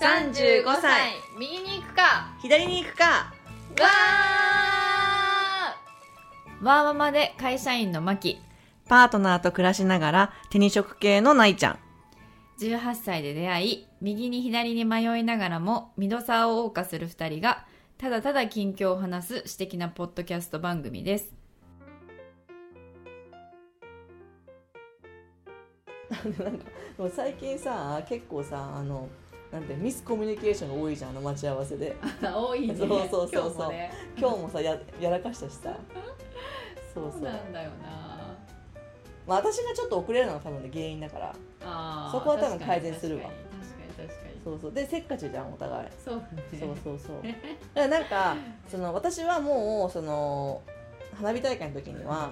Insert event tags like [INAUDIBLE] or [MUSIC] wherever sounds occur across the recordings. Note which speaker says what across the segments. Speaker 1: 35歳
Speaker 2: 右に行くか
Speaker 1: 左に行くか
Speaker 2: わ
Speaker 3: ワーママで会社員のマキ
Speaker 1: パートナーと暮らしながら手に職系のないちゃん
Speaker 3: 18歳で出会い右に左に迷いながらもミドサーを謳歌する2人がただただ近況を話す私的なポッドキャスト番組です
Speaker 1: もう最近さ結構さあのなんてミスコミュニケーションが多いじゃんあの待ち合わせで
Speaker 2: ー [LAUGHS] 多いね
Speaker 1: そうそうそうそう
Speaker 2: 今日もね
Speaker 1: 今日もさややらかしたしさ
Speaker 2: [LAUGHS]
Speaker 1: そう
Speaker 2: そ
Speaker 1: そうう
Speaker 2: なんだよな
Speaker 1: まあ私がちょっと遅れるのが多分ね原因だから
Speaker 2: あー
Speaker 1: そこは多分改善するわ
Speaker 2: 確かに確かに
Speaker 1: そうそうでせっかちじゃんお互い
Speaker 2: 確かにそう
Speaker 1: そう
Speaker 2: ね
Speaker 1: そう
Speaker 2: [LAUGHS]
Speaker 1: そうだからなんかその私はもうその花火大会の時には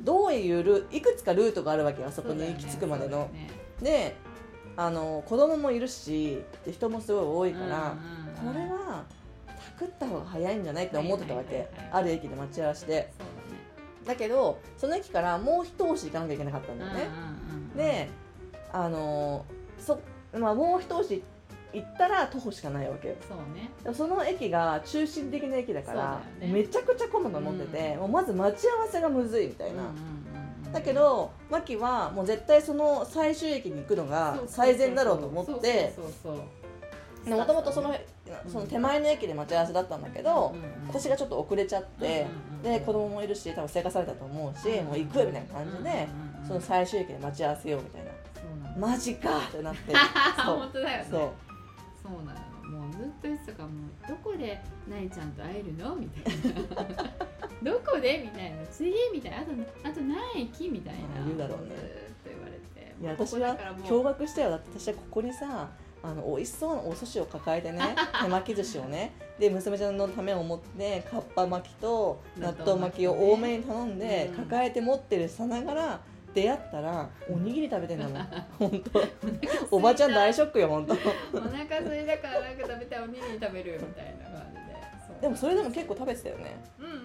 Speaker 1: どういうルいくつかルートがあるわけよそこに行き着くまでの、
Speaker 2: そうだよね
Speaker 1: であの子供もいるしで人もすごい多いから、
Speaker 2: うんうんうん
Speaker 1: これはパクった方が早いんじゃないって思ってたわけ、
Speaker 2: はいはいはいはい
Speaker 1: ある駅で待ち合わせて
Speaker 2: そう
Speaker 1: だけどその駅からもう一押し行かなきゃいけなかったんだ
Speaker 2: だ
Speaker 1: よ
Speaker 2: ね
Speaker 1: ね、
Speaker 2: うんうんうん
Speaker 1: であのそ、まあ、もう一押し行ったら徒歩しかないわけよ
Speaker 2: そうね
Speaker 1: でもその駅が中心的な駅だから
Speaker 2: そうだよね
Speaker 1: めちゃくちゃ混むと思ってて、
Speaker 2: うん
Speaker 1: もうまず待ち合わせがむずいみたいな、
Speaker 2: うんうんうん
Speaker 1: だけどマキはもう絶対その最終駅に行くのが
Speaker 2: そうそうそう
Speaker 1: 最善だろうと思って
Speaker 2: そうそうそうそう
Speaker 1: もともとその
Speaker 2: うん
Speaker 1: その手前の駅で待ち合わせだったんだけど、私がちょっと遅れちゃって、で子供もいるし多分せかされたと思うし、もう行くみたいな感じで、その最
Speaker 2: 最
Speaker 1: 終駅で待ち合わせようみたいなマジかってなって
Speaker 2: あ
Speaker 1: そう
Speaker 2: 本当だよね
Speaker 1: そう
Speaker 2: そうなのもうずっと言ってたからもうどこでなえちゃんと会えるのみたい
Speaker 1: [LAUGHS]
Speaker 2: などこでみたいな次みたいなあとあと何駅みたいな
Speaker 1: あ言うだろうね
Speaker 2: ずーっと言われて
Speaker 1: いや
Speaker 2: もうこ
Speaker 1: 私
Speaker 2: こだ
Speaker 1: は
Speaker 2: からもう
Speaker 1: 驚愕したよだって私はここにさあの美味しそうなお寿司を抱えて
Speaker 2: [LAUGHS]
Speaker 1: ね手巻き寿司をねで娘ちゃんのためを持ってかっぱ巻きと納豆巻きを多めに頼んで、
Speaker 2: うん
Speaker 1: 抱えて持ってるさながら出会ったらおにぎり食べてんだも
Speaker 2: [LAUGHS]
Speaker 1: ん本当おばちゃん大ショックよ本当
Speaker 2: お腹すいたからなんか食べたいおにぎり食べるみたいな感じでそう
Speaker 1: でもそれでも結構食べてたよね
Speaker 2: うんうんう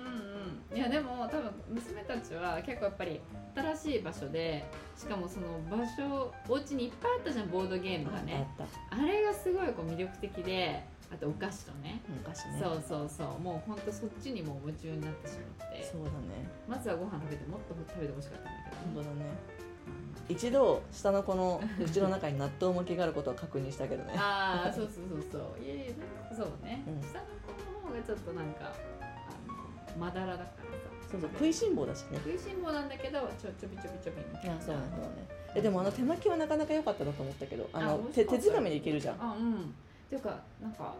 Speaker 2: んいやでも多分娘たちは結構やっぱり新しい場所でしかもその場所お家にいっぱいあったじゃんボードゲームがね
Speaker 1: あっ
Speaker 2: あれがすごいこう魅力的であとお菓子とね
Speaker 1: た昔ね
Speaker 2: そうそうそうもうほんとそっちにもう夢中になってしまって
Speaker 1: そうだね
Speaker 2: まずはご飯食べてもっと食べてほしかったんだけ
Speaker 1: 本
Speaker 2: ど、
Speaker 1: 当だね一度下の子の口の中に納豆巻きがあることは確認したけどね
Speaker 2: ああそうそうそうそういやいやなんかそうね、
Speaker 1: うん
Speaker 2: 下の子の方がちょっとなんかあのまだらだからさ
Speaker 1: そうそう食いしん坊だしね
Speaker 2: 食いしん坊なんだけどちょちょびちょびちょびみたいな
Speaker 1: そうなんだねえでもあの手巻きはなかなか良かったなと思ったけどあの
Speaker 2: あ美味しか
Speaker 1: 手
Speaker 2: った
Speaker 1: 手づかみでいけるじゃん
Speaker 2: あうんっていうかなんか、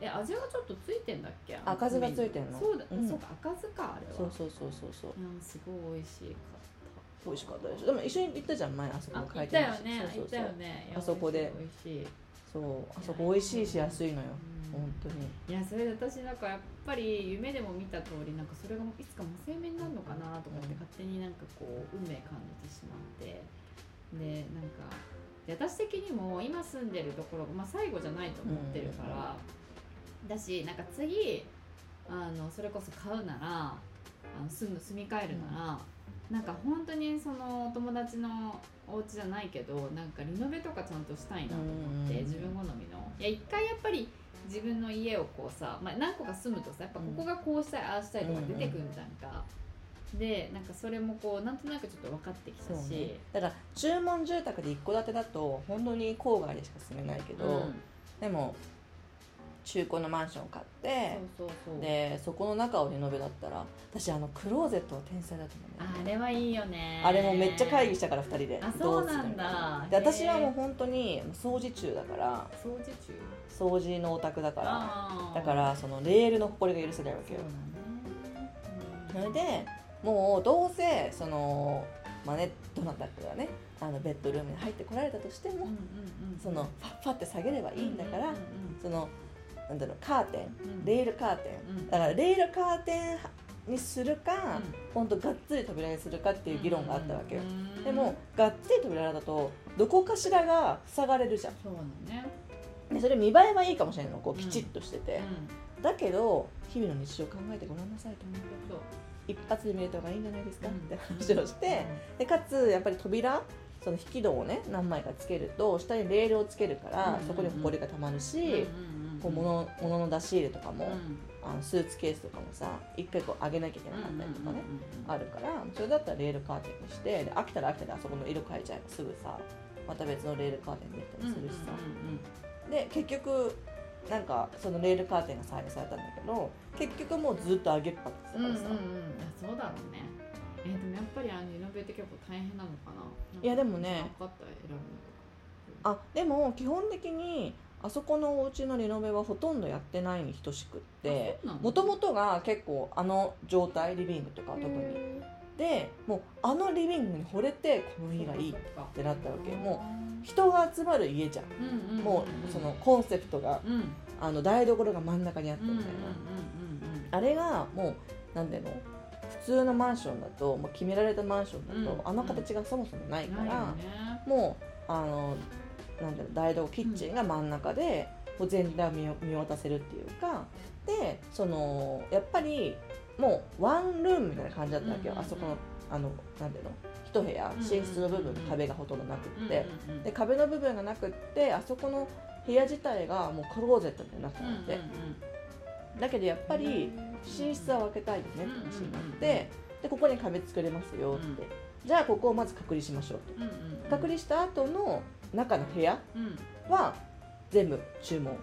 Speaker 2: うん、え味がちょっとついてんだっけあの
Speaker 1: 赤酢がついてんの
Speaker 2: そうだ、
Speaker 1: うん
Speaker 2: そうか赤酢かあれは
Speaker 1: そうそうそうそうそう
Speaker 2: うんすごい美味しかった
Speaker 1: 美味しかったでしょでも一緒に行ったじゃん前あそこ
Speaker 2: あ
Speaker 1: の、
Speaker 2: 行
Speaker 1: 回
Speaker 2: った
Speaker 1: 転寿司
Speaker 2: よね、
Speaker 1: そ
Speaker 2: 行
Speaker 1: う
Speaker 2: った
Speaker 1: そう
Speaker 2: よね。いや
Speaker 1: あそこで
Speaker 2: 美味しい。美味しい
Speaker 1: そうそうあそこ美味しいし安いのよ
Speaker 2: う
Speaker 1: 本
Speaker 2: ん
Speaker 1: 当に
Speaker 2: いやそれで私なんかやっぱり夢でも見た通りなんかそれがいつか無生命になるのかなと思って
Speaker 1: うん
Speaker 2: 勝手になんかこう運命感じてしまってでなんかで私的にも今住んでるところが、まあ、最後じゃないと思ってるから、だしなんか次あのそれこそ買うならあの住む住み替えるなら、なんか本当にそのお友達のお家じゃないけどなんかリノベとかちゃんとしたいなと思って、
Speaker 1: うん
Speaker 2: 自分好みのいや一回やっぱり自分の家をこうさ、まあ、何個か住むとさやっぱここがこうしたい、ああしたいとか出てくるじゃんか、でなんかそれもこうなんとなくちょっと分かってき
Speaker 1: そ
Speaker 2: た
Speaker 1: う
Speaker 2: し、
Speaker 1: ねだから注文住宅で一戸建てだと本当に郊外でしか住めないけ
Speaker 2: う
Speaker 1: ど、
Speaker 2: ん、
Speaker 1: でも中古のマンションを買って
Speaker 2: そうそうそう
Speaker 1: でそこの中をリノベだったら私あのクローゼットは天才だと思うね
Speaker 2: あれはいいよね
Speaker 1: あれもめっちゃ会議したから2人で
Speaker 2: あ
Speaker 1: どする
Speaker 2: そうなんだ
Speaker 1: で
Speaker 2: へー
Speaker 1: 私はもう本当に掃除中だから
Speaker 2: 掃除中
Speaker 1: 掃除のお宅だから
Speaker 2: あー
Speaker 1: だからそのレールの埃が許せないわけ
Speaker 2: そ
Speaker 1: よ
Speaker 2: うだね
Speaker 1: それでもうどうせそのまあねどなたかがねあのベッドルームに入ってこられたとして
Speaker 2: うん
Speaker 1: も
Speaker 2: うんうんうん
Speaker 1: そのファッファって下げればいいんだから
Speaker 2: うんうん
Speaker 1: そのなんだろうカーテ
Speaker 2: うんうん
Speaker 1: ンレールカーテ
Speaker 2: うんうん
Speaker 1: ンだからレールカーテンにするか
Speaker 2: うん
Speaker 1: 本当がっつり扉にするかっていう議論があったわけよ
Speaker 2: うん
Speaker 1: でもがっつり扉だとどこかしらが塞がれるじゃん
Speaker 2: そうだね、
Speaker 1: でそれ見栄えはいいかもしれないのこうきちっとして
Speaker 2: う
Speaker 1: て
Speaker 2: ん、、
Speaker 1: だけど日々の日常を考えてごらんなさいと
Speaker 2: そう
Speaker 1: 一発で見れた方がいいんじゃないですか、
Speaker 2: うん
Speaker 1: って話をして、でかつやっぱり扉その引き戸をね何枚かつけると下にレールをつけるから、
Speaker 2: うんうんうん
Speaker 1: そこにほこりがたまるし、
Speaker 2: うん
Speaker 1: こう物の物の出し入れとかも、
Speaker 2: うん
Speaker 1: あのスーツケースとかもさ一回こう上げなきゃいけなかったりとかね、
Speaker 2: うんうんうんうん
Speaker 1: あるからそれだったらレールカーテンにしてで飽きたら飽きたらあそこの色変えちゃえばすぐさまた別のレールカーテンできたりするしさ、
Speaker 2: うんうんうん
Speaker 1: で結局なんかそのレールカーテンが採用されたんだけど結局もうずっと上げっぱってた
Speaker 2: う
Speaker 1: か
Speaker 2: んうんう
Speaker 1: ら
Speaker 2: ん、
Speaker 1: さ、
Speaker 2: そうだろうねえーでもやっぱりあのイノベート結構大変なのかない
Speaker 1: いやでもね
Speaker 2: 分かった選ぶの
Speaker 1: あでも基本的にあそこのお家のリノベはほとんどやってないに等しくって
Speaker 2: あそうなの
Speaker 1: もともとが結構あの状態リビングとか
Speaker 2: か
Speaker 1: 特
Speaker 2: へ
Speaker 1: に
Speaker 2: ー
Speaker 1: でもうあのリビングに惚れてこの家がいい
Speaker 2: って
Speaker 1: なったわけも人が集まる家じゃん
Speaker 2: うんん
Speaker 1: もうそのコンセプトが
Speaker 2: うんうん
Speaker 1: あの台所が真ん中にあって
Speaker 2: うんうんうん
Speaker 1: みたいな、あれがもうなんていうの普通のマンションだともう決められたマンションだと、
Speaker 2: うん
Speaker 1: あの形がそもそもない
Speaker 2: うん
Speaker 1: か
Speaker 2: ない
Speaker 1: ら、
Speaker 2: よね
Speaker 1: もうあのなんだろう台所キッチンが真ん中で、もう全体を見よ見渡せるっていうかでそのやっぱりもうワンルームみたいな感じだったわけよ、
Speaker 2: うんうんうん
Speaker 1: あそこのあのなんていうの一部屋
Speaker 2: うんうんうん
Speaker 1: 寝室の部分壁がほとんどなくって、
Speaker 2: うんうんうん
Speaker 1: で壁の部分がなくってあそこの部屋自体がもうクローゼットみたいになって
Speaker 2: う
Speaker 1: た
Speaker 2: んうんうん
Speaker 1: ので、だけどやっぱり寝室は分けたいよねって話になって、でここに壁作れますよって、じゃあここをまず隔離しましょうと
Speaker 2: うんうんうん
Speaker 1: 隔離した後の中の部屋
Speaker 2: うんうん
Speaker 1: は全部注文っ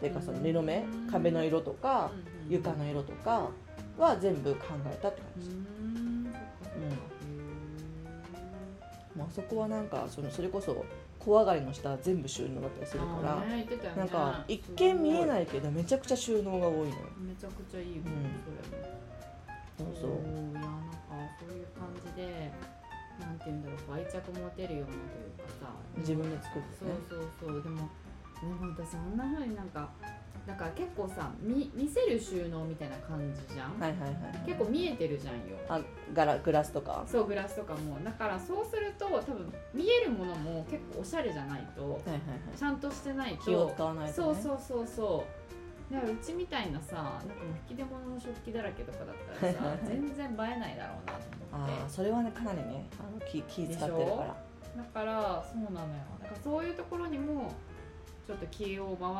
Speaker 1: ていうかその布目
Speaker 2: うん
Speaker 1: 壁の色とか
Speaker 2: うん
Speaker 1: 床の色とかは全部考えたって感
Speaker 2: う
Speaker 1: じ、
Speaker 2: ん
Speaker 1: うんまあそこはなんかそのそれこそ小上がりの下は全部収納だったりするか
Speaker 2: あー
Speaker 1: ら、
Speaker 2: ね言ってたよね
Speaker 1: なんか一見見え
Speaker 2: す
Speaker 1: ないけどめちゃくちゃ収納が多いのよ
Speaker 2: ごいめちゃくちゃいいもん
Speaker 1: うん
Speaker 2: それも
Speaker 1: そうそう
Speaker 2: うんいやなんかそういう感じでなんて言うんだろう愛着持てるようなというかさ
Speaker 1: 自分で作って
Speaker 2: そう
Speaker 1: ね
Speaker 2: そうそうでもでも私あんな風になんかだから結構さ見見せる収納みたいな感じじゃん、
Speaker 1: はいはいはい
Speaker 2: 結構見えてるじゃんよ
Speaker 1: あガラグラスとか
Speaker 2: そうグラスとかもだからそうすると多分見えるものも結構おしゃれじゃないと
Speaker 1: はいはいはい
Speaker 2: ちゃんとしてないと
Speaker 1: 気を使わないとね
Speaker 2: そうそうそうそうだからうちみたいなさなんかもう引き出物の食器だらけとかだったら
Speaker 1: [LAUGHS]
Speaker 2: さ全然映えないだろうなと思って
Speaker 1: ああそれはねかなりねあの気気使ってるから
Speaker 2: だからそうなのよだからそういうところにもちょっと気を回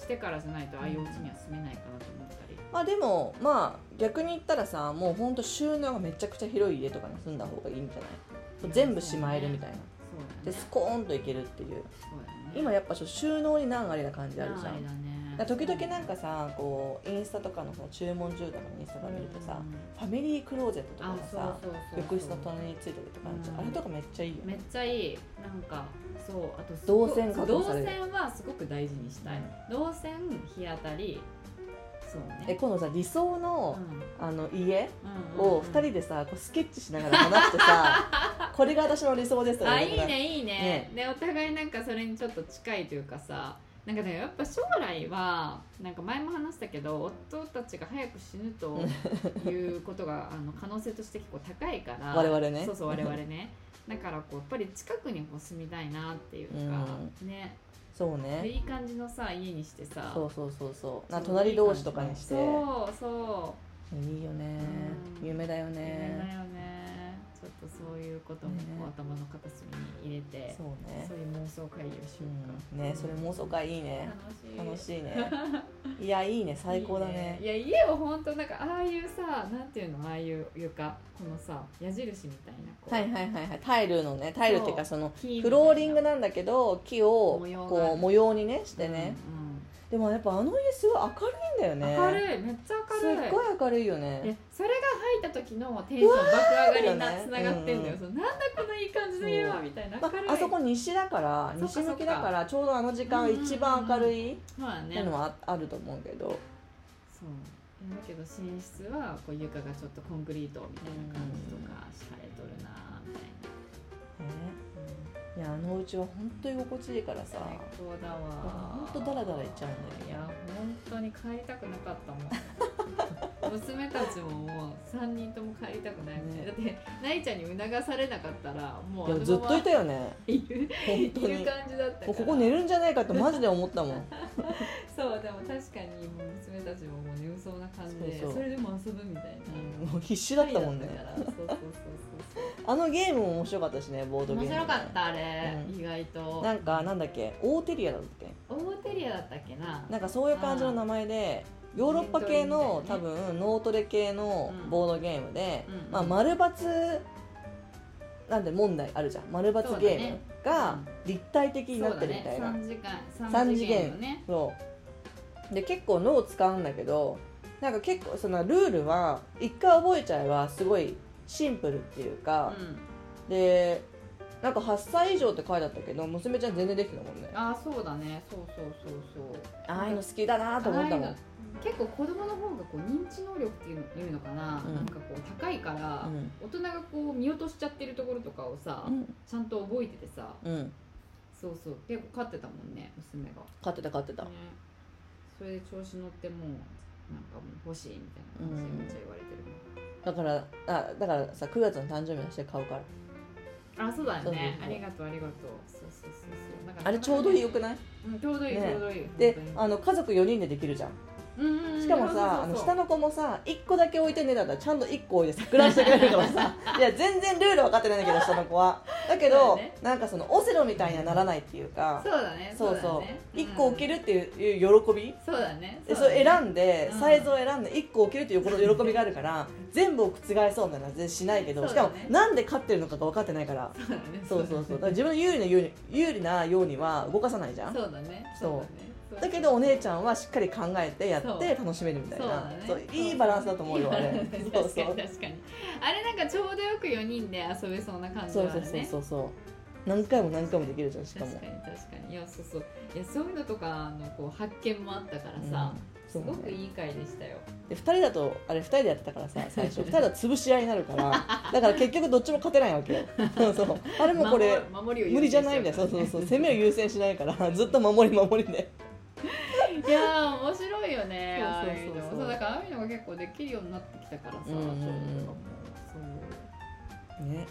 Speaker 2: してからじゃないとああいうお家には住めないかなと思ったり、
Speaker 1: まあでもまあ逆に言ったらさもうほんと収納がめちゃくちゃ広い家とかに住んだ方がいいんじゃない全部しまえるみたいな
Speaker 2: そうだ
Speaker 1: で
Speaker 2: ね
Speaker 1: スコーンといけるっていう
Speaker 2: そうだね
Speaker 1: 今やっぱ収納に難ありな感じあるじゃ
Speaker 2: あれ
Speaker 1: ん
Speaker 2: だね
Speaker 1: だから時々なんかさこうインスタとかのさ注文住宅のインスタとか見るとさ
Speaker 2: うん
Speaker 1: ファミリークローゼットとか
Speaker 2: あ
Speaker 1: が
Speaker 2: そう
Speaker 1: さ
Speaker 2: そうそう
Speaker 1: 浴室の隣についてるとかあるじゃんあれとかめっちゃいいよ
Speaker 2: め
Speaker 1: ね
Speaker 2: っちゃいいなんかそうあと
Speaker 1: 動線確保
Speaker 2: 動
Speaker 1: される
Speaker 2: 線はすごく大事にしたい、動線日当たりそう
Speaker 1: え
Speaker 2: ね
Speaker 1: 今度さ理想
Speaker 2: うん
Speaker 1: のあの家
Speaker 2: うんうん
Speaker 1: を2人でさこうスケッチしながら話して
Speaker 2: [LAUGHS]
Speaker 1: さこれが私の理想ですよ
Speaker 2: あい
Speaker 1: だ
Speaker 2: い
Speaker 1: から
Speaker 2: ねいいねでお互いなんかそれにちょっと近いというかさなんかねやっぱ将来はなんか前も話したけど夫たちが早く死ぬということがあの可能性として結構高いか
Speaker 1: [LAUGHS]
Speaker 2: ら
Speaker 1: 我々ね
Speaker 2: そうそう我々ねだからこうやっぱり近くにこう住みたいなっていうか、ね
Speaker 1: そう
Speaker 2: で
Speaker 1: ね
Speaker 2: いい感じのさ家にしてさ
Speaker 1: そうそうそうそうな隣同士とかにして
Speaker 2: そうそう
Speaker 1: いいよね
Speaker 2: うん
Speaker 1: 夢だよ
Speaker 2: 夢だ
Speaker 1: ね
Speaker 2: よねちょっとそういうこともこう、
Speaker 1: ね
Speaker 2: 頭の片隅に入れて
Speaker 1: そうね
Speaker 2: そういう妄想会議をしよう
Speaker 1: う
Speaker 2: か。
Speaker 1: んねそれ妄想会いいね楽
Speaker 2: 楽しい。
Speaker 1: しい
Speaker 2: [LAUGHS]
Speaker 1: ねいやいいね最高だね
Speaker 2: いいねいや家を本当なんかああいうさなんていうのああいう床このさ矢印みたいなこう、
Speaker 1: はいはいはいはいタイルのねタイルっていうかその
Speaker 2: 木みたいな
Speaker 1: フローリングなんだけど木を
Speaker 2: 模様が
Speaker 1: こう模様にねしてね、でもやっぱあの家すごい明るいん
Speaker 2: うんう
Speaker 1: だ
Speaker 2: ん
Speaker 1: よね
Speaker 2: 明るいめっちゃ
Speaker 1: す
Speaker 2: 明るい
Speaker 1: っごい明るいよね
Speaker 2: でそれが入った時のテンション爆上がりにな
Speaker 1: うわー
Speaker 2: つながってんだよ、
Speaker 1: うん
Speaker 2: そうなんだこのいい感じの家はみたいな
Speaker 1: ま
Speaker 2: 明るい、
Speaker 1: あ、あそこ西だから
Speaker 2: そっ
Speaker 1: 西
Speaker 2: か
Speaker 1: 向きだからちょうどあの時間一番明るいっ
Speaker 2: そうだ
Speaker 1: て
Speaker 2: ね
Speaker 1: いうのはああると思うけど、
Speaker 2: そうだけど寝室はこう床がちょっとコンクリートみたいな感じとかしゃれとるなーみたい
Speaker 1: ね
Speaker 2: な、
Speaker 1: いやあのうちは本当に心地いいからさ
Speaker 2: 最高だわ
Speaker 1: ほんとダラダラいっちゃうんだよね
Speaker 2: いや本当に帰りたくなかったもん [LAUGHS] 娘たちももう3人とも帰りたくないみたい、だってないちゃんに促されなかったらもう
Speaker 1: い
Speaker 2: あ
Speaker 1: や
Speaker 2: の
Speaker 1: ずっ
Speaker 2: ま
Speaker 1: と
Speaker 2: ま
Speaker 1: いたよね
Speaker 2: い
Speaker 1: 本
Speaker 2: る
Speaker 1: 当
Speaker 2: い
Speaker 1: に
Speaker 2: る
Speaker 1: も
Speaker 2: 感じだったから
Speaker 1: うここ寝るんじゃないかってマジで思ったも
Speaker 2: [LAUGHS]
Speaker 1: ん
Speaker 2: そうでも確かにもう娘たちももう眠そうな感じで
Speaker 1: そうそう
Speaker 2: れでも遊ぶみたいな、
Speaker 1: もう必死だったもんね
Speaker 2: 二人だったからそうそうそうそう
Speaker 1: あのゲームも面白かったしねボードゲー
Speaker 2: 面
Speaker 1: ム、
Speaker 2: 白かったあれ、
Speaker 1: う
Speaker 2: 意外と
Speaker 1: なんかなんだっけオーテリアだっけ
Speaker 2: オーテリアだったっけな
Speaker 1: なんかそういう感じの名前でヨーロッパ系の
Speaker 2: イベ
Speaker 1: 多
Speaker 2: ントみ
Speaker 1: 分脳トレ系の
Speaker 2: うん
Speaker 1: ボードゲームで、
Speaker 2: うんうん
Speaker 1: まあ、丸×なんで問題あるじゃん丸
Speaker 2: そう
Speaker 1: ×
Speaker 2: だ
Speaker 1: ゲ
Speaker 2: ね
Speaker 1: ームが立体的になってるみたいな
Speaker 2: そうだね3時間
Speaker 1: 三
Speaker 2: 3
Speaker 1: 次
Speaker 2: 次
Speaker 1: 元
Speaker 2: 元のね
Speaker 1: そうで結構脳使うんだけどなんか結構そのルールは一回覚えちゃえばすごいシンプルっていうか、でなんか8歳以上って書いてあったけど娘ちゃん全然できてたもんね
Speaker 2: うん、ああそうだねそうそうそうそう
Speaker 1: ああいうの好きだなと思ったも
Speaker 2: ああい
Speaker 1: ん
Speaker 2: うの結構子供の方がこう認知能力っていうのいうのかな、
Speaker 1: うん
Speaker 2: なんかこう高いから、
Speaker 1: うん
Speaker 2: 大人がこう見落としちゃってるところとかをさ、
Speaker 1: うん
Speaker 2: ちゃんと覚えててさ
Speaker 1: うん
Speaker 2: そうそう結構飼ってたもんね娘が、
Speaker 1: 勝ってた勝ってた
Speaker 2: ね、それで調子乗ってもうなんかもう欲しいみたいな感じでめっちゃ言われてる、
Speaker 1: だからあだからさ9月の誕生日のして買うから
Speaker 2: あそうだよね
Speaker 1: そうそうそう
Speaker 2: ありがとうありがとうそうそうそうそうだから
Speaker 1: あれちょうどいいよくない
Speaker 2: うんちょうどいい、
Speaker 1: ね
Speaker 2: ちょうどいい
Speaker 1: で
Speaker 2: 本
Speaker 1: あの家族4人でできるじゃん
Speaker 2: 当にうんうんうん
Speaker 1: しかもさあ
Speaker 2: そう
Speaker 1: の
Speaker 2: そう
Speaker 1: 下の子もさ1個だけ置いてねだったらちゃんと1個置いて錯乱してくれるから
Speaker 2: [LAUGHS]
Speaker 1: さいや全然ルール分かってないんだけど下の子はだけ
Speaker 2: そう
Speaker 1: ど
Speaker 2: だね
Speaker 1: なんかそのオセロみたいにはならないっていうか
Speaker 2: そうそうだね
Speaker 1: そうそう1個置け
Speaker 2: る
Speaker 1: るっていう喜び
Speaker 2: そうだね
Speaker 1: でそれ
Speaker 2: だね
Speaker 1: 選んで
Speaker 2: うん
Speaker 1: サイズを選んで1個置けるっていうこの喜びがあるから全部を覆そうなら全然しないけど
Speaker 2: そう
Speaker 1: しか
Speaker 2: だ
Speaker 1: も
Speaker 2: ね
Speaker 1: なんで勝ってるのかが分かってないから
Speaker 2: そうだね
Speaker 1: [LAUGHS] そうそうそうだから自分の有利な有利有利なようには動かさないじゃん
Speaker 2: そうだね
Speaker 1: そう
Speaker 2: そうだねそう
Speaker 1: だけどお姉ちゃんはしっかり考えてやって楽しめるみたい
Speaker 2: そう
Speaker 1: な
Speaker 2: だね
Speaker 1: そういいバランスだと思うよあ
Speaker 2: いいバラ
Speaker 1: れ
Speaker 2: ンス
Speaker 1: そう
Speaker 2: [LAUGHS] 確
Speaker 1: そ
Speaker 2: か
Speaker 1: う
Speaker 2: に確かにあれなんかちょうどよく4人で遊べそうな感じ
Speaker 1: そ
Speaker 2: だ
Speaker 1: うそ
Speaker 2: よ
Speaker 1: うそう
Speaker 2: ね
Speaker 1: そうそう何回も何回もできるじゃんしか
Speaker 2: 確
Speaker 1: も
Speaker 2: かに確かにいやそうそういやそういうのとかのこう発見もあったからさ、
Speaker 1: うん
Speaker 2: す
Speaker 1: そう
Speaker 2: ごく
Speaker 1: ね
Speaker 2: いい回でしたよ
Speaker 1: で2人だとあれ2人でやってたから
Speaker 2: [LAUGHS]
Speaker 1: さ最初2人だと潰し合いになるからだから結局どっちも勝てないわけよそうそうあれもこれ
Speaker 2: 守守りを優先
Speaker 1: 無理じゃないみたいな
Speaker 2: しち
Speaker 1: そ
Speaker 2: ゃ
Speaker 1: うそ
Speaker 2: から
Speaker 1: う
Speaker 2: ね [LAUGHS]
Speaker 1: そう攻めを優先しないからずっと守り守りで
Speaker 2: いやー面白いよね
Speaker 1: そう
Speaker 2: ああ
Speaker 1: そうそう
Speaker 2: いうの
Speaker 1: そう
Speaker 2: そうだからああいうのが結構できるようになってきたからさ、
Speaker 1: うんうんうん
Speaker 2: ちょうどよそう
Speaker 1: ね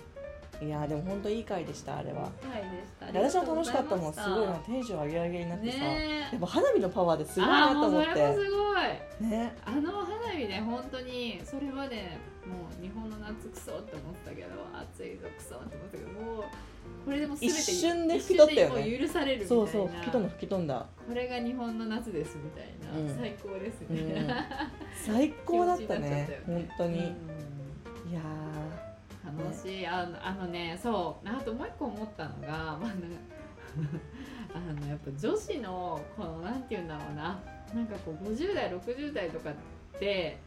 Speaker 1: いやーでも本当いい回でしたあれは
Speaker 2: はいでした
Speaker 1: 私は楽しかったもんすごいな
Speaker 2: ね
Speaker 1: テンション上げ上げになってさ、
Speaker 2: え
Speaker 1: やっぱ花火のパワーですごい
Speaker 2: あ
Speaker 1: なと
Speaker 2: あもう
Speaker 1: 思っ
Speaker 2: それも
Speaker 1: て
Speaker 2: すごい
Speaker 1: ね
Speaker 2: あの花火ね本当にそれまでもう日本の夏クソって思ってたけど暑いぞクソって思ってたけどもうこれでもう全て
Speaker 1: 一瞬で吹き飛ったよね
Speaker 2: 一瞬でもう許されるみたい
Speaker 1: そ
Speaker 2: な
Speaker 1: うそう吹き飛んだ吹き飛んだ
Speaker 2: これが日本の夏ですみたいな、
Speaker 1: うん
Speaker 2: 最高です
Speaker 1: う
Speaker 2: ね、
Speaker 1: ん最高だった
Speaker 2: 気持ちになっ
Speaker 1: ね
Speaker 2: ちゃったよ
Speaker 1: 本
Speaker 2: ね
Speaker 1: 当に、
Speaker 2: うん
Speaker 1: いや
Speaker 2: 楽しい、あのあのねそうあともう一個思ったのが、 [LAUGHS] まあ、なんかあのやっぱ女子のこのなんて言うんだろうななんかこう50代60代とかって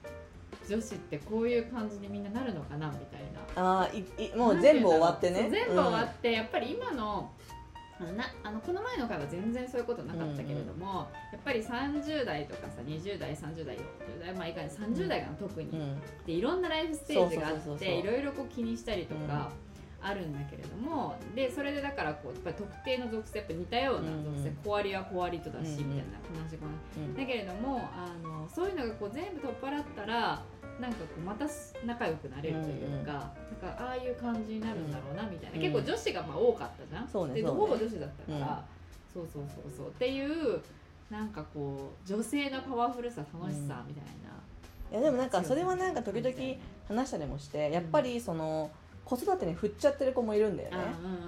Speaker 2: 女子ってこういう感じにみんななるのかなみたい
Speaker 1: ー
Speaker 2: な
Speaker 1: あーいいもう全部終わって
Speaker 2: そ
Speaker 1: ね
Speaker 2: う全部終わって、やっぱり今のあのなあのこの前の回は全然そういうことなかったけれども、やっぱり30代とかさ20代30代40代まあいかに30代が特に
Speaker 1: うん、うん
Speaker 2: でいろんなライフステージがあ
Speaker 1: そうそうそうそ
Speaker 2: っ
Speaker 1: う
Speaker 2: ていろいろこう気にしたりとかあるんだけれども、でそれでだからこうやっぱり特定の属性やっぱ似たような属
Speaker 1: うんう
Speaker 2: 性、
Speaker 1: ん
Speaker 2: 小割は小割とだ
Speaker 1: うん
Speaker 2: し、
Speaker 1: うん
Speaker 2: みたいな同じこだけれどもあのそういうのがこう全部取っ払ったらなんかこうまた仲良くなれるというか、なんかああいう感じになるんだろうなみたいな、
Speaker 1: うん
Speaker 2: 結構女子がまあ多かったじゃん、
Speaker 1: そうね
Speaker 2: で
Speaker 1: そうね
Speaker 2: ほぼ女子だったから、そうそうそうそうっていうなんかこう女性のパワフルさ楽しさみたいな。
Speaker 1: いやでもなんかそれはなんか時々話したりもしてやっぱりその子育てに振っちゃってる子もいるんだよね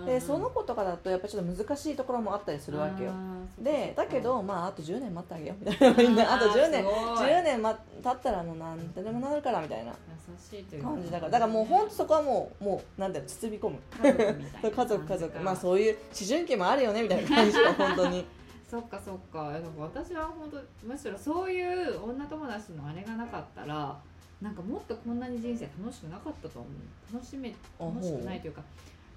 Speaker 1: でその子とかだとやっぱちょっと難しいところもあったりするわけよでだけどまああと10年待ってあげようみた [LAUGHS] いなみんなあと10年10
Speaker 2: 年
Speaker 1: 年ま経ったらもう何とでもなるからみたいな
Speaker 2: 優しいという
Speaker 1: 感じだからだからもう本当そこはもうもうなんだろう包み込む
Speaker 2: 家族みたい
Speaker 1: そ
Speaker 2: な
Speaker 1: う家族家族まあ
Speaker 2: う
Speaker 1: そういう思春期もあるよねみたいな感じが本当 [LAUGHS] に
Speaker 2: そっかそっかなんか私は本当むしろそういう女友達のあれがなかったらなんかもっとこんなに人生楽しくなかったと思う楽しめ
Speaker 1: あ
Speaker 2: 楽しくないというか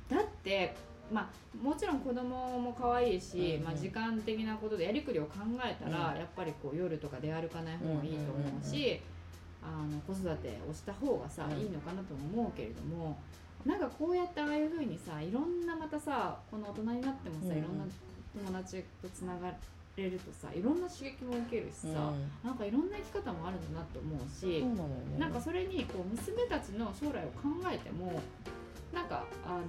Speaker 2: だってまあもちろん子供も可愛いし、
Speaker 1: うんうん
Speaker 2: まあ、時間的なことでやりくりを考えたら、やっぱりこう夜とか出歩かない方がいいと思うし、あの子育てをした方がさ、
Speaker 1: うん
Speaker 2: いいのかなとも思うけれどもなんかこうやってああいうふうにさいろんなまたさこの大人になってもさ、
Speaker 1: うんうん
Speaker 2: いろんな友達とつながれるとさいろんな刺激も受けるしさ、
Speaker 1: うん
Speaker 2: なんかいろんな生き方もあるんだなと思うし。
Speaker 1: そうなのよね
Speaker 2: なんかそれにこう娘たちの将来を考えてもなんかあの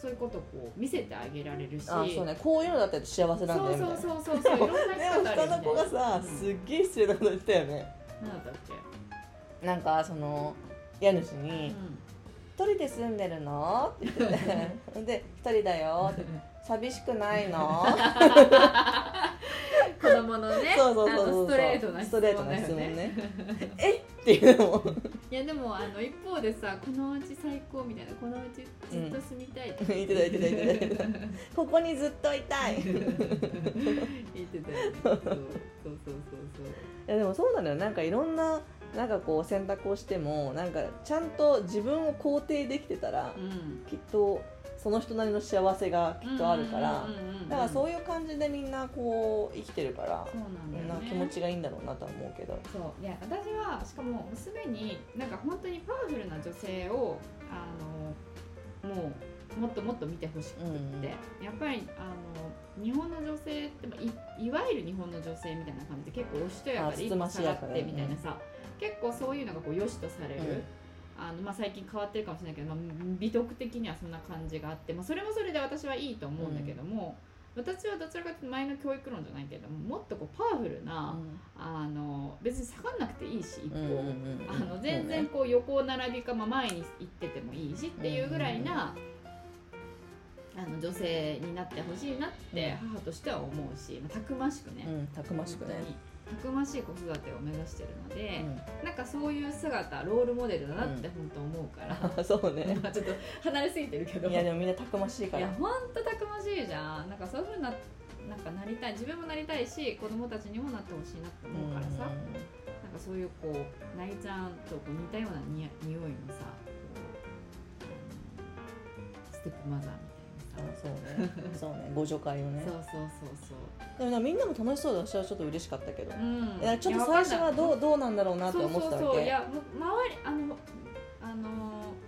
Speaker 2: そういうことをこう見せてあげられるし
Speaker 1: あそうねこういうのだったら幸せなんだよみたいな
Speaker 2: そうそうそうそういろんな
Speaker 1: でも
Speaker 2: 人
Speaker 1: 下の子がさ
Speaker 2: うん
Speaker 1: すっげえ失礼なこと言ってたよね
Speaker 2: なんだっけ、
Speaker 1: なんかその家主
Speaker 2: う
Speaker 1: に
Speaker 2: ん
Speaker 1: 人で住んでるの?」って言 [LAUGHS] っててで「一人だよ」って「寂しくないの?」
Speaker 2: 子供のね
Speaker 1: [LAUGHS] そうそうそうそう
Speaker 2: あのストレートな
Speaker 1: ストレートな質
Speaker 2: 質
Speaker 1: 問
Speaker 2: 問だよ
Speaker 1: ね
Speaker 2: ね
Speaker 1: えっていうのも
Speaker 2: いやでもあの一方でさこのうち最高みたいなこのうちずっと住みたいっ
Speaker 1: う
Speaker 2: て
Speaker 1: ん言ってた言ってた言ってた
Speaker 2: [LAUGHS]
Speaker 1: ここにずっといたいい
Speaker 2: 言って
Speaker 1: [LAUGHS]
Speaker 2: たよねそうそうそうそう
Speaker 1: やでもそうなのよなんかいろんななんかこう選択をしてもなんかちゃんと自分を肯定できてたら
Speaker 2: そう、うん、
Speaker 1: きっとその人なりの幸せがきっとあるから
Speaker 2: うんうんうんうん
Speaker 1: だからそう
Speaker 2: いう
Speaker 1: いう感じでみんなこう生きてるから
Speaker 2: そうなんだよ、ね、
Speaker 1: なんか気持ちがいいんだろうなとは思うけど
Speaker 2: そういや私はしかも娘になんか本当にパワフルな女性をあのもうもっともっと見てほしくって、
Speaker 1: うん
Speaker 2: やっぱりあの日本の女性ってまあいいわゆる日本の女性みたいな感じで結構おしとやか
Speaker 1: あ
Speaker 2: で
Speaker 1: つ
Speaker 2: 一
Speaker 1: つま
Speaker 2: 歩
Speaker 1: し
Speaker 2: 下
Speaker 1: や
Speaker 2: が
Speaker 1: か
Speaker 2: っ
Speaker 1: で
Speaker 2: てみたいなさ、結構そういうのがこう良しとされる。
Speaker 1: うん
Speaker 2: あのまあ、最近変わってるかもしれないけど、まあ、美徳的にはそんな感じがあって、まあ、それもそれで私はいいと思うんだけども、私はどちらかというと前の教育論じゃないけどももっとこうパワフルな、あの別に下がんなくていいし一歩、あの全然こう横並びか、まあ、前に行っててもいいしっていうぐらいな、あの女性になってほしいなっ
Speaker 1: う
Speaker 2: て
Speaker 1: ん
Speaker 2: 母としては思うし、まあたくましく
Speaker 1: う
Speaker 2: ね、
Speaker 1: んたくましくね
Speaker 2: 本当にたくましい子育てを目指してるの
Speaker 1: う
Speaker 2: で、
Speaker 1: ん
Speaker 2: なんかそういう姿ロールモデルだなって本当思うから、
Speaker 1: あ [LAUGHS] そうね
Speaker 2: まあちょっと離れすぎてるけど
Speaker 1: いやでもみんなたくましいか
Speaker 2: いや
Speaker 1: ら
Speaker 2: ほんとたくましいじゃんなんかそういうふうななんかなりたい自分もなりたいし子供たちにもなってほしいなって思うからさ、なんかそういうこうなりちゃんとこう似たようなに匂いのさこうあのステップマザーみた
Speaker 1: う
Speaker 2: い
Speaker 1: ん
Speaker 2: なさ
Speaker 1: そう
Speaker 2: [LAUGHS]
Speaker 1: ねそうねご助会をね
Speaker 2: そうそうそう
Speaker 1: でもなんかみんなも楽しそうで私はちょっと嬉しかったけど
Speaker 2: そう、うん、
Speaker 1: いやちょっとい
Speaker 2: や
Speaker 1: 最初はどうどうなんだろうな
Speaker 2: わ
Speaker 1: って
Speaker 2: かんない
Speaker 1: 思ってた
Speaker 2: そうそう
Speaker 1: わ
Speaker 2: そうい
Speaker 1: け
Speaker 2: やもう周りあのあの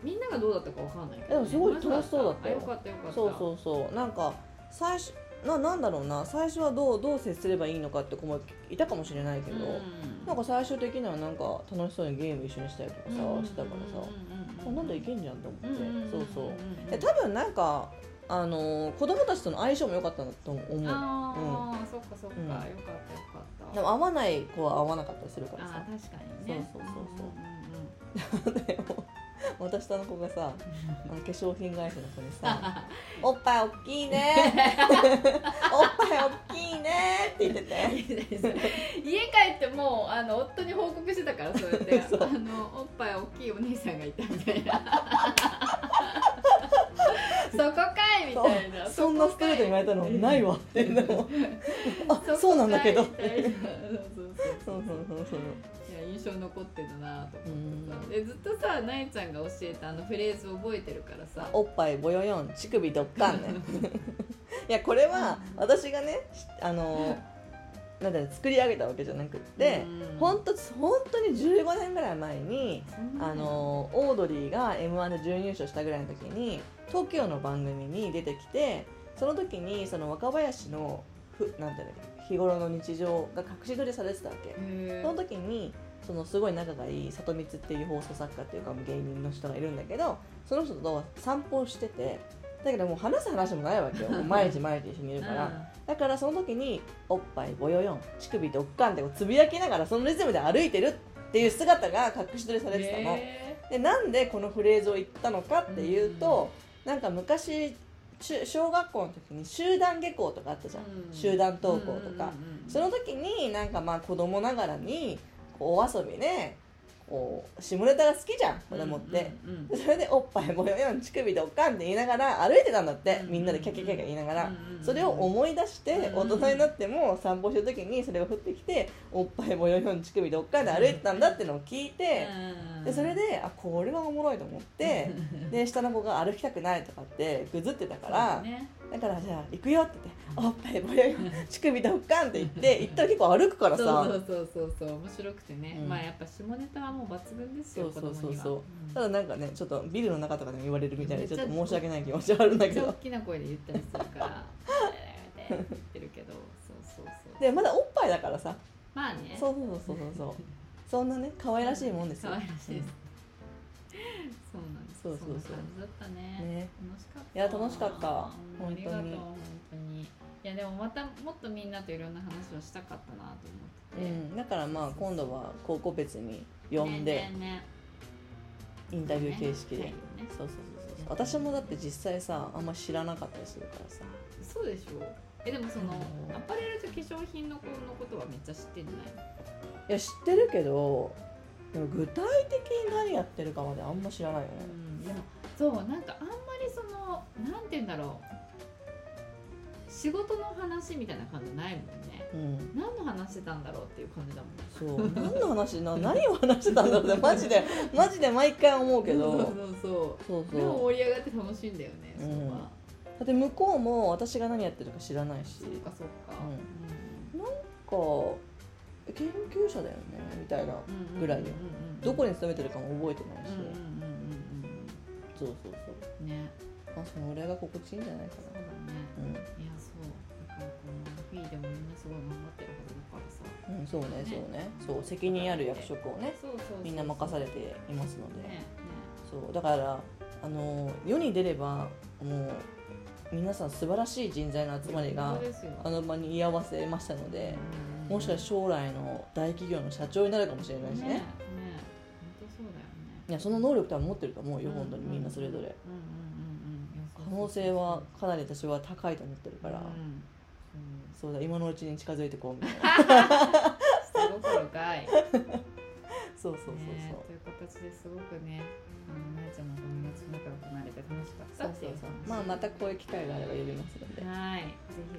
Speaker 2: みんながどうだったかわかんないけど、
Speaker 1: でもすごい楽しそうだったよ
Speaker 2: あよかったよかった
Speaker 1: そうそうそうなんか最初ななんだろうな最初はどうどう接すればいいのかって子もいたかもしれないけど、
Speaker 2: うん
Speaker 1: なんか最終的にはなんか楽しそうにゲーム一緒にしたりとかさ、
Speaker 2: うん
Speaker 1: してたからさ、
Speaker 2: う
Speaker 1: あ
Speaker 2: ん
Speaker 1: なんだいけんじゃんと思って、そうそう
Speaker 2: う
Speaker 1: で多分なんかあのー子供たちとの相性も良かったんだと思う
Speaker 2: ああ、そっかそっか、
Speaker 1: うん
Speaker 2: よかったよかった
Speaker 1: でも合わない子は合わなかったりするから
Speaker 2: あ
Speaker 1: さ
Speaker 2: ー確かにね
Speaker 1: そうそうそうそう
Speaker 2: う
Speaker 1: でも私とあの子がさ
Speaker 2: ん
Speaker 1: あの化粧品会社の子にさ
Speaker 2: [LAUGHS]
Speaker 1: 「おっぱいおっきいね」「おっぱいおっきいね」って言ってて
Speaker 2: うんうん家帰ってもうあの夫に報告してたからそうやって
Speaker 1: [LAUGHS] そう
Speaker 2: あのおっぱい大きいお姉さんがいたみたいな
Speaker 1: [LAUGHS]
Speaker 2: そこかいみたいな
Speaker 1: そんなストレートに言われたのない
Speaker 2: わ
Speaker 1: わっていうのも [LAUGHS] あそうなんだけど
Speaker 2: みたいなそうそうそ
Speaker 1: そううそうそうそう
Speaker 2: いや印象に残ってるなと
Speaker 1: う
Speaker 2: 思ってさ
Speaker 1: ん
Speaker 2: でずっとさなえちゃんが教えたあのフレーズを覚えてるからさ
Speaker 1: おっぱいぼよよん乳首どっか
Speaker 2: [LAUGHS]
Speaker 1: んねいやこれは私がねしあのーなんだろう作り上げたわけじゃなくって、
Speaker 2: うん
Speaker 1: 本当本当に15年ぐらい前に
Speaker 2: そんな
Speaker 1: あのオードリーが m 1で準優勝したぐらいの時に TOKIO の番組に出てきてその時にその若林のふなんていうんだっけ日頃の日常が隠し撮りされてたわけ
Speaker 2: へ、ー
Speaker 1: その時にそのすごい仲がいい里光っていう放送作家っていうか芸人の人がいるんだけどその人と散歩をしててだけどもう話す話もないわけよもう毎日毎日一緒にいるから。だからその時におっぱいぼよよん乳首ドッカンってこうつぶやきながらそのリズムで歩いてるっていう姿が隠し撮りされてたの、
Speaker 2: へ
Speaker 1: でなんでこのフレーズを言ったのかっていうと、なんか昔中小学校の時に集団下校とかあったじゃん、
Speaker 2: うん
Speaker 1: 集団登校とか、
Speaker 2: うんうんうんうん
Speaker 1: その時になんかまあ子供ながらにこうお遊びねこう下ネタが好きじゃん子供って、
Speaker 2: うんうんうん
Speaker 1: でそれでおっぱいぼよよん乳首ドッカンって言いながら歩いてたんだって、みんなでキャキャキャキャ言いながら、
Speaker 2: うんうん
Speaker 1: それを思い出して大
Speaker 2: うん
Speaker 1: 人になっても散歩してる時にそれが降ってきておっぱいもよよん乳首どっかで歩いてたんだってのを聞いて
Speaker 2: うん
Speaker 1: でそ
Speaker 2: [LAUGHS]
Speaker 1: れであこれはおもろいと思って
Speaker 2: うん
Speaker 1: で下の子が歩きたくないとかってぐずってたか
Speaker 2: そう
Speaker 1: ら
Speaker 2: ね
Speaker 1: だからじゃあ行くよって言っておっぱいもよよん乳首どっかんって言って行ったら結構歩くから
Speaker 2: そう
Speaker 1: さ
Speaker 2: そうそうそう面白くてね、
Speaker 1: うん
Speaker 2: まあやっぱ下ネタはもう抜群ですよ
Speaker 1: そうそうそう
Speaker 2: 子供には
Speaker 1: そうただなんかねちょっとビルの中とかでも言われるみたいでちょっと
Speaker 2: めっちゃ
Speaker 1: 申し訳ない気持ちはあるんだ
Speaker 2: めっ
Speaker 1: け
Speaker 2: ちゃ大
Speaker 1: ど。
Speaker 2: きな声で言ったりするからやめてやめてって言ってるけどそうそうそう
Speaker 1: でまだおっぱいだからさ
Speaker 2: まあね
Speaker 1: そうそうそうそうそうそんなね可愛らしいもんですよ
Speaker 2: 可愛らしいですそうなんです
Speaker 1: そうそうそうん
Speaker 2: な感じだったね
Speaker 1: ね
Speaker 2: 楽しかった
Speaker 1: いや楽しかった
Speaker 2: うん
Speaker 1: 本当に
Speaker 2: ありがとう本当にいやでもまたもっとみんなといろんな話をしたかったな
Speaker 1: う
Speaker 2: と思ってて、
Speaker 1: ん、だからまあ今度は高校別に
Speaker 2: ね
Speaker 1: 呼んで
Speaker 2: ねね
Speaker 1: インタビュー形式で
Speaker 2: はいね
Speaker 1: そうそうそうそう私もだって実際さあんま知らなかったりするからさ
Speaker 2: そうでしょえでもその
Speaker 1: うん
Speaker 2: アパレルと化粧品の子のことはめっちゃ知ってんじゃない
Speaker 1: いや知ってるけどでも具体的に何やってるかまであんま知らないよね
Speaker 2: うんでもそうなんかあんまりそのなんて言うんだろう仕事の話みたいな感じないもんね
Speaker 1: うん
Speaker 2: 何の話してたんだろうっていう感じだもん
Speaker 1: そう何の話な何を話してたんだろう
Speaker 2: [LAUGHS]
Speaker 1: ってマジでマジで毎回思うけ
Speaker 2: そう
Speaker 1: ど
Speaker 2: そうそ
Speaker 1: そう
Speaker 2: う
Speaker 1: そ
Speaker 2: でも
Speaker 1: う
Speaker 2: 盛り上がって楽しいんだよね、
Speaker 1: うん
Speaker 2: そこは
Speaker 1: だって向こうも私が何やってるか知らないし
Speaker 2: そっかそっか、
Speaker 1: うん
Speaker 2: う
Speaker 1: こう研究者だよねみたいなん
Speaker 2: うんうん
Speaker 1: ぐらいよ
Speaker 2: うんうんうん
Speaker 1: どこに勤めてるかも覚えてないし、
Speaker 2: うんうんうんうん
Speaker 1: そうそうそう
Speaker 2: うんね
Speaker 1: まあその俺が心地いいんじゃないか
Speaker 2: そうだ
Speaker 1: な
Speaker 2: ね
Speaker 1: う
Speaker 2: いやそうだからこのフィーでもみんなすごい頑張ってるはずだからさ
Speaker 1: ん、うん、そうねそうねそう責任ある役職をね
Speaker 2: そうそうそう
Speaker 1: みんな任され
Speaker 2: ね
Speaker 1: ていますので、
Speaker 2: ね
Speaker 1: そうだからあの世に出ればもう皆さん素晴らしい人材の集まりが
Speaker 2: 本当ですよ
Speaker 1: あの場に居合わせましたので、
Speaker 2: うん
Speaker 1: もしかして将来の大企業の社長になるかもしれないしね
Speaker 2: ねね本当そうだよね
Speaker 1: いやその能力多分持ってると思うよ、
Speaker 2: うん
Speaker 1: 本当にみんなそれぞれ
Speaker 2: うんうんうんうんいやそう
Speaker 1: 可能性はかなり私は高いと思ってるから、
Speaker 2: うん
Speaker 1: そうだ今のうちに近づいてこうみたいな
Speaker 2: そう下心かい
Speaker 1: [LAUGHS] そうそうそうそう、
Speaker 2: ねという形ですごくねあのなえちゃんのお友達と仲良くなれて楽しかった
Speaker 1: そう
Speaker 2: って
Speaker 1: そ
Speaker 2: いうう
Speaker 1: そう
Speaker 2: 話
Speaker 1: まあまたこういう機会があれば呼びますので
Speaker 2: はいぜ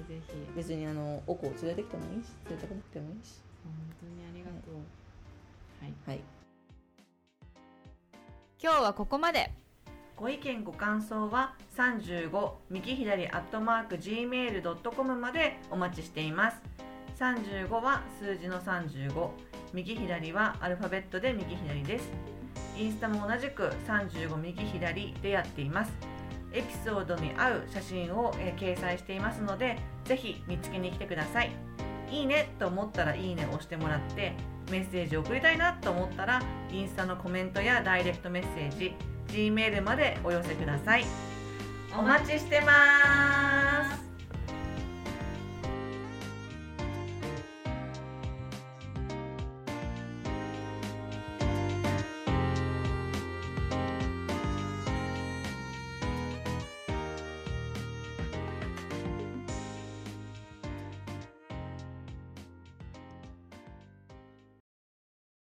Speaker 2: ひぜひ
Speaker 1: 別にあのおこを連れてきてもいいし連れてこなくてもいいし
Speaker 2: 本当にありがとう。
Speaker 1: は
Speaker 2: はい。
Speaker 1: い
Speaker 3: 今日はここまで
Speaker 1: ご意見ご感想は35右左アットマーク gmail.com までお待ちしています35は数字の35右左はアルファベットで右左ですインスタも同じく35右左でやっていますエピソードに合う写真を、えー掲載していますのでぜひ見つけに来てくださいいいねと思ったらいいねを押してもらってメッセージを送りたいなと思ったらインスタのコメントやダイレクトメッセージ Gmail までお寄せください。お待ちしてます。